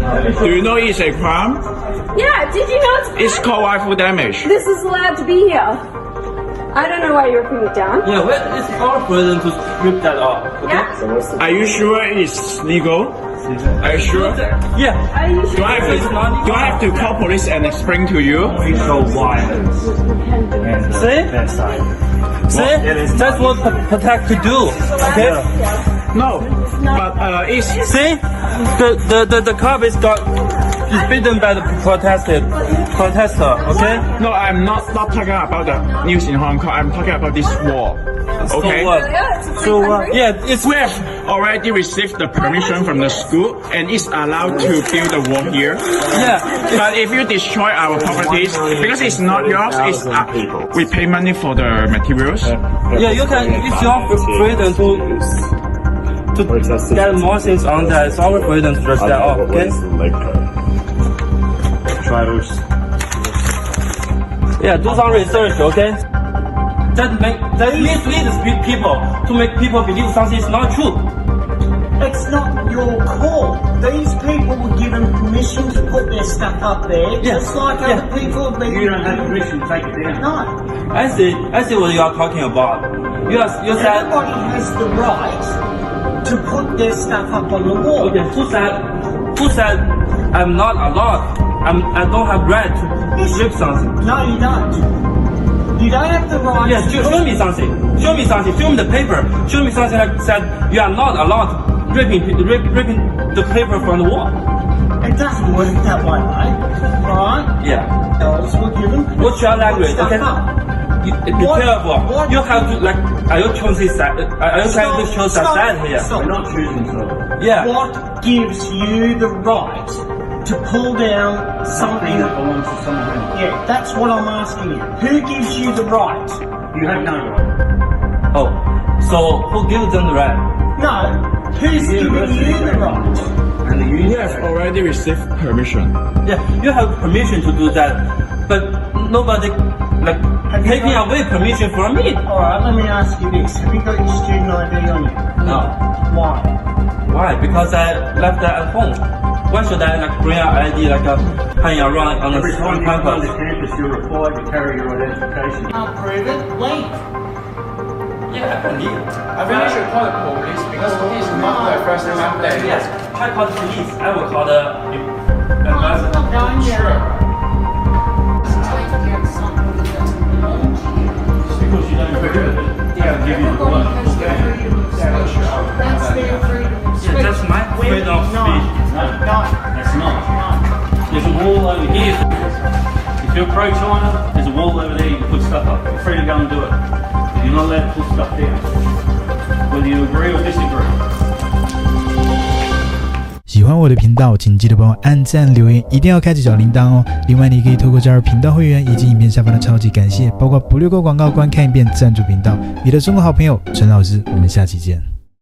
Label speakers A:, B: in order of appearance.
A: Do you know it's a crime?
B: Yeah, did you know it's
A: It's called willful damage.
B: This is allowed to be here. I don't know why you're putting it down.
C: Yeah, well, it's our burden to strip that off. Okay?
B: Yeah?
A: Are you sure it's legal? Are you sure?
C: Yeah.
B: Are you
A: Do I have
B: sure?
A: to, do I have to call police and explain to you?
D: Racial violence and
C: See?
D: side.
C: See?
D: it is
C: That's what p- protect to do. Okay?
A: No, but uh, it's
C: See? The, the, the, the cop is got is beaten by the protested protester. Okay?
A: no. I'm not not talking about the news in Hong Kong. I'm talking about this war. Okay.
C: So what?
B: Yeah, it's a free
C: So uh, what?
B: country.
C: Yeah, it's
A: We have already received the permission from the school, and it's allowed to build the wall here.
C: yeah.
A: But if you destroy our properties, because it's not yours, it's uh, we pay money for the materials.
C: Yeah, you can. It's your freedom to to get more things on that. It's our freedom to just that off. Okay? Yeah, do some research. Okay? That make that misleads pe- people to make people believe something is not true.
E: It's not your call. These people were given permission to put their stuff up there,
C: Yeah,
E: just like
C: yeah.
E: other people have been.
D: You don't have permission to take it down.
E: No,
C: I see. I see what you are talking about. You are, you said
E: everybody has the right to put their stuff up on the wall.
C: okay. Who said? Who said? I'm not allowed. I'm. I don't have right to strip something.
E: No, you don't. You don't have the right.
C: Yes, show, show me something. Show me something. Show me the paper. Show me something that said you are not allowed ripping rip, ripping the paper from the wall.
E: It doesn't work that way, mate. Alright?
C: Yeah.
E: Adults were given.
C: What's your language?
E: Put stuff
C: Okay.
E: up.
C: You, be
E: What-
C: careful.
E: what-
C: You have to like. Are you choosing side? Are you trying to choose a
E: Stop,
C: side here?
E: stop.
D: We're not choosing to.
C: Yeah.
E: What gives you the right to pull down
D: Something
E: something?
D: that belongs to someone else.
E: Yeah, that's what I'm asking you. Who gives you the right?
D: You have no right.
C: Oh. So who gives them the right?
E: No, who's giving you the right?
D: And the union.
A: We have already received permission.
C: Yeah. You have permission to do that, but nobody like
E: Have you
C: taking
E: got-
C: away permission from me.
E: Alright, let me ask you this. Have you got your student ID on you?
C: No.
E: Why?
C: Why? Because I left that at home. Why should I like bring out ID like uh, hang around on
D: Every
C: the on
D: time you come on
C: campus?
D: the campus, you're required to carry your identification.
E: Can't prove it. Leave.
C: Yeah, I believe.
F: I think you should call the police because this is not the first time that.
C: Uh, Yes, I call the police. I will call the uh, ambassador.
E: not going there.
F: Sure.
D: Because you don't have it. Oh, Yeah, give you the right.
E: That's their freedom of speech.
C: Yeah, that's my freedom of
E: No,
C: speech.
E: No,
D: That's not.
E: no.
D: There's a wall over here. If you're pro-China, there's a wall over there. You can put stuff up. You're free to go and do it. But you're not allowed to put stuff down, whether you agree or disagree.
G: 喜欢我的频道，请记得帮我按赞、留言，一定要开启小铃铛哦。另外，你也可以透过加入频道会员以及影片下方的超级感谢，包括不略过广告、观看一遍赞助频道。你的中国好朋友陈老师，我们下期见。